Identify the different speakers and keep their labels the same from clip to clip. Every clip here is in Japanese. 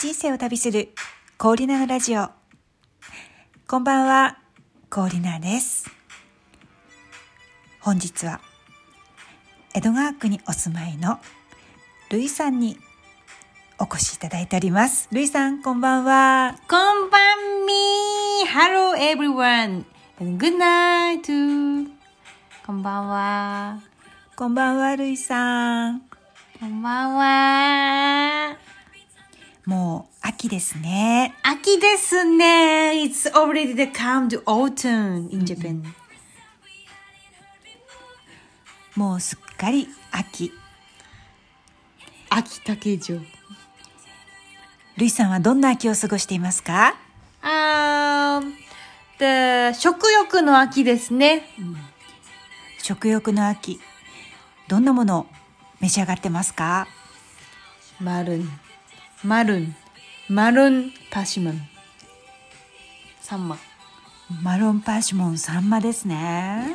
Speaker 1: 人生を旅するコーリナのラジオこんばんはコーリナです本日は江戸川区にお住まいのルイさんにお越しいただいておりますルイさんこんばんは
Speaker 2: こんばんみー !Hello everyone! Good night! to- こんばんは。
Speaker 1: こんばんはルイさん
Speaker 2: こんばんは。
Speaker 1: もう秋ですね
Speaker 2: 秋ですね !It's already the come to autumn in Japan.
Speaker 1: もうすっかり秋
Speaker 2: 秋竹城。
Speaker 1: ルイさんはどんな秋を過ごしていますか
Speaker 2: あー、で食欲の秋ですね。
Speaker 1: 食欲の秋どんなものを召し上がってますか
Speaker 2: マルン。マルン。マルンパシモン。サンマ。
Speaker 1: マロンパーシモンサンマですね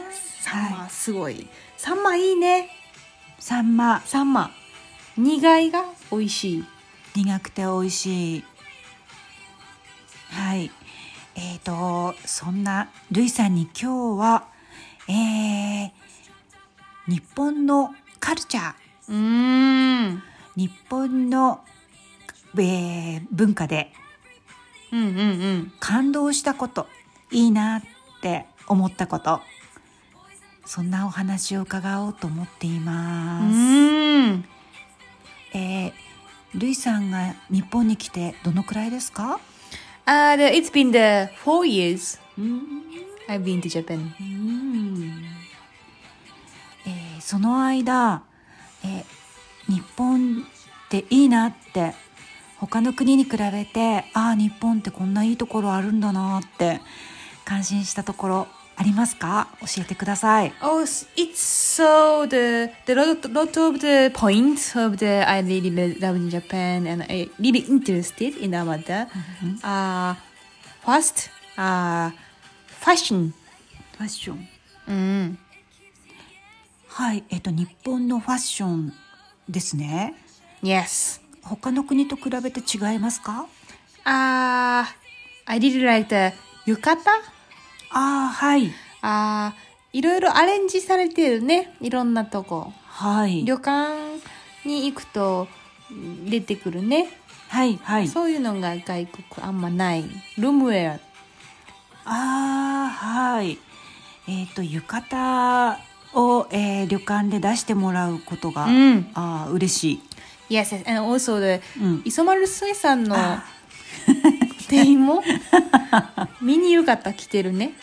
Speaker 2: サン
Speaker 1: はい、
Speaker 2: マ、すごい。サンマいいね。
Speaker 1: サンマ
Speaker 2: サンマ苦いが美味しい
Speaker 1: 苦くて美味しいはいえーとそんなルイさんに今日はえー日本のカルチャー
Speaker 2: うーん
Speaker 1: 日本の、えー文化で
Speaker 2: うんうんうん
Speaker 1: 感動したこといいなって思ったことそんなお話を伺おうと思っていうます、
Speaker 2: ーん
Speaker 1: えー、ルイさんが日本に来てどのくらいですか、
Speaker 2: あ h it's been the four years
Speaker 1: う
Speaker 2: I've been to Japan
Speaker 1: んえーその間、えー日本っていいなって他の国に比べてああ日本ってこんないいところあるんだなって感心したところありますか教えてください
Speaker 2: Oh, s- it's so the the lot, lot of the points of the I really lo- love in Japan and I really interested in Amada. Uh, first, uh, fashion.
Speaker 1: ファッション
Speaker 2: Mm.
Speaker 1: はいえっ、と日本のファッションですね
Speaker 2: Yes.
Speaker 1: 他の国と比べて違いますか
Speaker 2: Uh, I really like the yukata.
Speaker 1: ああはい
Speaker 2: あーいろいろアレンジされてるねいろんなとこ
Speaker 1: はい
Speaker 2: 旅館に行くとうん出てくるね
Speaker 1: はいはい
Speaker 2: そういうのが外国あんまないルームウェア
Speaker 1: ああはいえっ、と浴衣を、えー旅館で出してもらうことが、
Speaker 2: うん
Speaker 1: ああ嬉しい、
Speaker 2: Yes, yes. and also the、
Speaker 1: うん
Speaker 2: 磯丸水産の店員 もミニ浴衣着てるね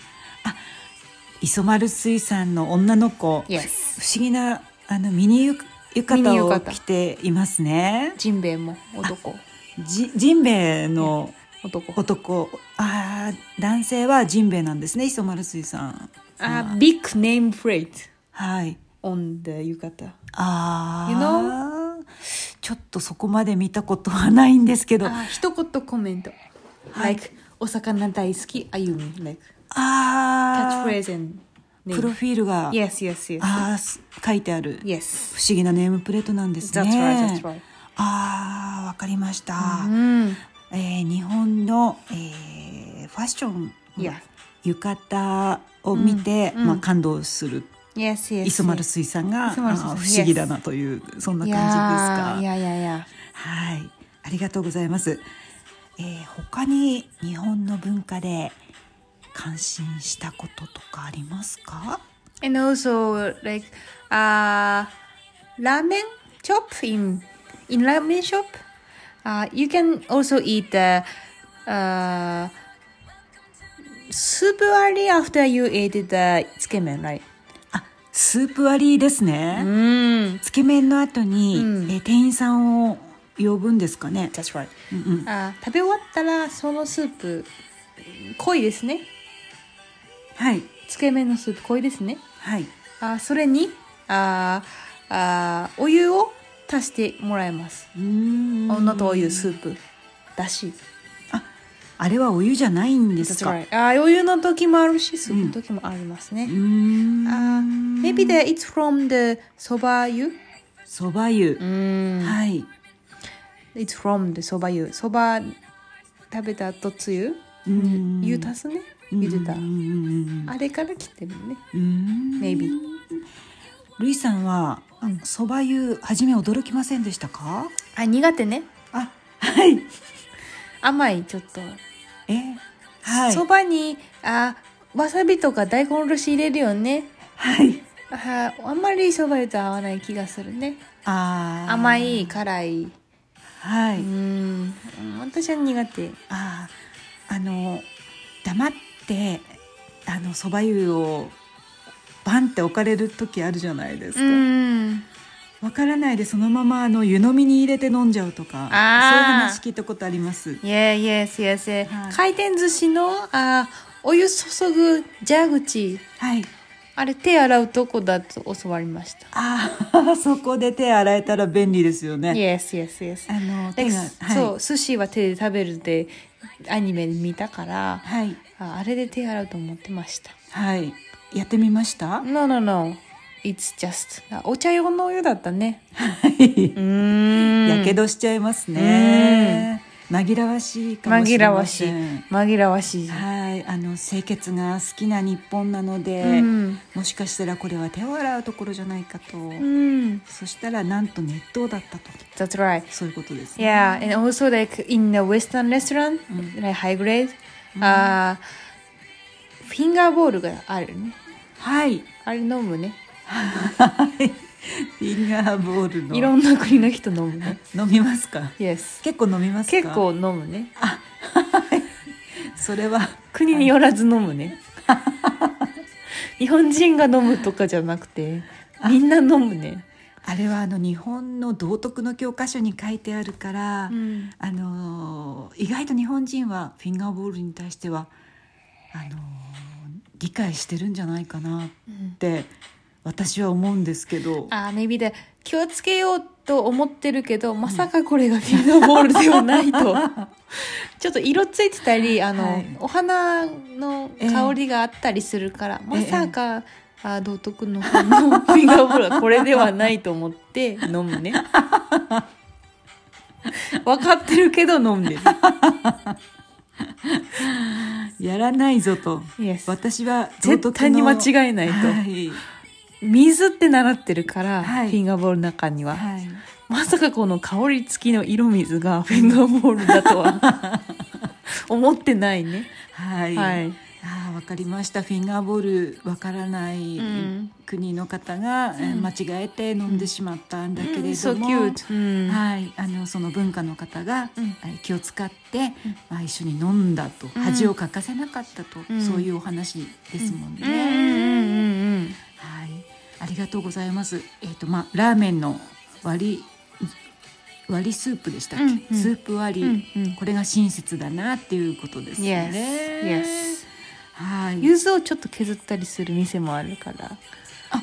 Speaker 1: 磯丸水産の女の子、
Speaker 2: Yes
Speaker 1: 不思議なあのミニ浴浴
Speaker 2: ミニ
Speaker 1: 衣
Speaker 2: 浴
Speaker 1: を
Speaker 2: 衣
Speaker 1: 着ていますね
Speaker 2: ジンベエも男
Speaker 1: じジンベエの
Speaker 2: 男
Speaker 1: 男ああ男性はジンベエなんですね磯丸水産
Speaker 2: あー big name plate
Speaker 1: はい
Speaker 2: on the 浴衣
Speaker 1: ああ、ちょっとそこまで見たことはないんですけど
Speaker 2: あー一言コメント、
Speaker 1: はい
Speaker 2: like お魚大好きあゆみ like キャッチ
Speaker 1: あ
Speaker 2: フレーズ and
Speaker 1: あプロ
Speaker 2: name.
Speaker 1: フィールが
Speaker 2: Yes, yes, yes.
Speaker 1: ああす書いてある
Speaker 2: Yes.
Speaker 1: 不思議なネームプレートなんですね
Speaker 2: That's right, that's right.
Speaker 1: ああわかりました、
Speaker 2: Mm.
Speaker 1: えー日本の、えーファッション
Speaker 2: Yeah.
Speaker 1: 浴衣を見て、まあ、感動する
Speaker 2: Yes, yes.
Speaker 1: 磯丸水産があ
Speaker 2: 磯丸水産
Speaker 1: ー不思議だなというそんな感じですか
Speaker 2: Yeah, yeah, yeah, yeah.
Speaker 1: はい、ありがとうございます。えー、他に日本の文化で感心したこととかありますか？
Speaker 2: And also like uh ramen shop in in ramen shop. Uh, you can also eat the uh, soup only after you ate the tsukemen, right?
Speaker 1: あ、スープ割りですね。
Speaker 2: Mm.
Speaker 1: つけ麺の後に、
Speaker 2: うん
Speaker 1: えー店員さんを呼ぶんですかね。
Speaker 2: That's right.
Speaker 1: うんうん、
Speaker 2: あー食べ終わったらそのスープ濃いですね
Speaker 1: はい
Speaker 2: つけ麺のスープ濃いですね
Speaker 1: はい。
Speaker 2: あーそれにあーあーお湯を足してもらいます
Speaker 1: うーん
Speaker 2: 女とお湯スープだし
Speaker 1: あれはお湯じゃないんですか。
Speaker 2: That's right. あーお湯の時もあるしスープの時もあります
Speaker 1: うー
Speaker 2: ね、
Speaker 1: ん。
Speaker 2: あー Maybe the, it's from the そば湯
Speaker 1: そば湯、
Speaker 2: うん
Speaker 1: はい。
Speaker 2: It's from the そば湯。そば食べた後つゆ。
Speaker 1: ん
Speaker 2: 湯足すね。ゆでた
Speaker 1: う。ん
Speaker 2: あれから来てるね。
Speaker 1: うん
Speaker 2: Maybe。
Speaker 1: ルイさんはそば湯初め驚きませんでしたか
Speaker 2: あ、苦手ね。
Speaker 1: あはい
Speaker 2: 甘い、ちょっと。
Speaker 1: えはい
Speaker 2: そばに、あ、わさびとか大根おろし入れるよね。
Speaker 1: はい
Speaker 2: ああんまりそば湯と合わない気がするね。
Speaker 1: あー
Speaker 2: 甘い、辛い。
Speaker 1: は
Speaker 2: う
Speaker 1: い
Speaker 2: ん。私は苦手。
Speaker 1: あーあの黙ってあのそば湯をバンって置かれる時あるじゃないですか、
Speaker 2: ん。
Speaker 1: わからないでそのままあの湯飲みに入れて飲んじゃうとか
Speaker 2: あー
Speaker 1: そういう話聞いたことあります。
Speaker 2: Yeah, yes, yes. yes.
Speaker 1: はい
Speaker 2: 回転寿司のあお湯注ぐ蛇口、
Speaker 1: はい。
Speaker 2: あれ手洗うとこだと教わりました。
Speaker 1: あ あそこで手洗えたら便利ですよね。
Speaker 2: Yes, yes, yes.
Speaker 1: あの手
Speaker 2: Like,
Speaker 1: がはい
Speaker 2: そう、寿司は手で食べるってアニメで見たから、
Speaker 1: はい
Speaker 2: ああれで手洗うと思ってました。
Speaker 1: はいやってみました。
Speaker 2: No, no, no. It's just あお茶用のお湯だったね。う
Speaker 1: は
Speaker 2: ー
Speaker 1: い。
Speaker 2: ん。
Speaker 1: やけどしちゃいますね。紛らわしいかもし
Speaker 2: 紛
Speaker 1: れ
Speaker 2: らわ
Speaker 1: ま
Speaker 2: しい
Speaker 1: せん。。
Speaker 2: 紛らわしい。
Speaker 1: はいあの清潔が好きな日本なので、
Speaker 2: うん
Speaker 1: もしかしたらこれは手を洗うところじゃないかと、
Speaker 2: うん。
Speaker 1: そしたらなんと熱湯だったと
Speaker 2: That's right.
Speaker 1: そういうことですね。
Speaker 2: Yeah, and also like in the Western restaurant, like high grade, uh, finger bowl があるね。
Speaker 1: はい。
Speaker 2: あれ飲むね。
Speaker 1: はいフィンガーボールの
Speaker 2: いろんな国の人飲むね。
Speaker 1: 飲みますか
Speaker 2: Yes.
Speaker 1: 結構飲みますか
Speaker 2: 結構飲むね。
Speaker 1: あはいそれは
Speaker 2: 国によらず飲むね。 日本人が飲むとかじゃなくて、みんな飲むね。
Speaker 1: あれはあの日本の道徳の教科書に書いてあるから、
Speaker 2: うん
Speaker 1: あのー意外と日本人はフィンガーボールに対してはあのー理解してるんじゃないかなって私は思うんですけど、
Speaker 2: ああ、maybe で気をつけようと思ってるけど、まさかこれがフィンガーボールではないと。 ちょっと色ついてたり、あの、
Speaker 1: はい
Speaker 2: お花の香りがあったりするから、まさか、あー道徳のこの フィンガーボールはこれではないと思って飲むね。 分かってるけど飲んでる。
Speaker 1: やらないぞと
Speaker 2: Yes
Speaker 1: 私は道
Speaker 2: 絶
Speaker 1: 徳
Speaker 2: 対に間違えな
Speaker 1: い
Speaker 2: いと。
Speaker 1: はい、
Speaker 2: 水って習ってるから、
Speaker 1: はい
Speaker 2: フィンガーボールの中には。
Speaker 1: はい
Speaker 2: まさかこの香り付きの色水がフィンガーボールだとは 思ってないね。
Speaker 1: はい、
Speaker 2: はい
Speaker 1: ああわかりましたフィンガーボールわからない
Speaker 2: うん
Speaker 1: 国の方が、えー間違えて飲んでしまったんだけれども、
Speaker 2: cute. うん
Speaker 1: はい、あのその文化の方が、
Speaker 2: うん
Speaker 1: はい気を使って、まあ、一緒に飲んだと、
Speaker 2: うん
Speaker 1: 恥をかかせなかったと、
Speaker 2: うん
Speaker 1: そういうお話ですもんね。
Speaker 2: うんうんうんうん
Speaker 1: はい、ありがとうございます。えっ、とまあラーメンの割り割りスープでしたっけ、
Speaker 2: うんうん
Speaker 1: スープ割り、
Speaker 2: うんうん
Speaker 1: これが親切だなっていうことですよ
Speaker 2: Yes.
Speaker 1: ね。
Speaker 2: Yes.
Speaker 1: はい。
Speaker 2: 柚子をちょっと削ったりする店もあるから。
Speaker 1: あ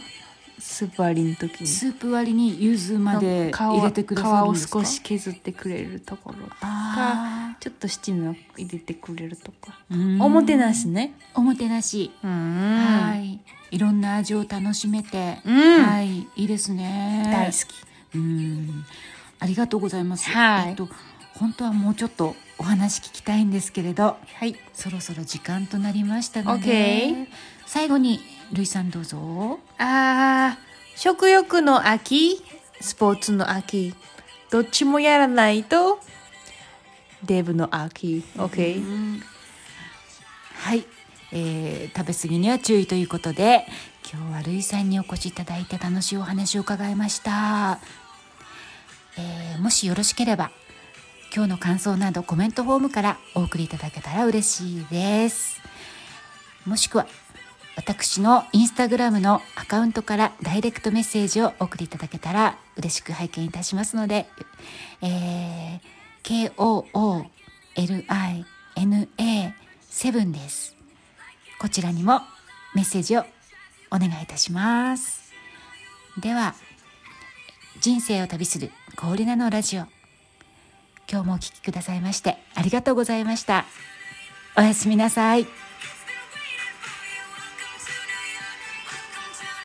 Speaker 2: スーパーリンの時に。
Speaker 1: スープ割りに柚子まで入れてくださ
Speaker 2: 皮
Speaker 1: るん
Speaker 2: を
Speaker 1: ですか。
Speaker 2: 少し削ってくれるところとか、
Speaker 1: あ
Speaker 2: ちょっと七味を入れてくれるとか。
Speaker 1: ー。うん
Speaker 2: おもてなし。ね。
Speaker 1: おもてなし。
Speaker 2: うん
Speaker 1: はい。いろんな味を楽しめて、
Speaker 2: うん
Speaker 1: はい、いいですね。
Speaker 2: 大好き。
Speaker 1: うん。ありがとうございます。
Speaker 2: はい
Speaker 1: えっと本当はもうちょっとお話聞きたいんですけれど、
Speaker 2: はい。
Speaker 1: そろそろ時間となりましたので、
Speaker 2: OK
Speaker 1: 最後にルイさんどうぞ。
Speaker 2: あー食欲の秋スポーツの秋どっちもやらないとデブの秋 OK
Speaker 1: はい、えー食べ過ぎには注意ということで今日はルイさんにお越しいただいて楽しいお話を伺いました、えーもしよろしければ今日の感想などコメントフォームからお送りいただけたら嬉しいですもしくは私のインスタグラムのアカウントからダイレクトメッセージをお送りいただけたら嬉しく拝見いたしますので、えー、KOOLINA7 です。こちらにもメッセージをお願いいたします。では、人生を旅するコーリナのラジオ。今日もお聴きくださいましてありがとうございました。おやすみなさい。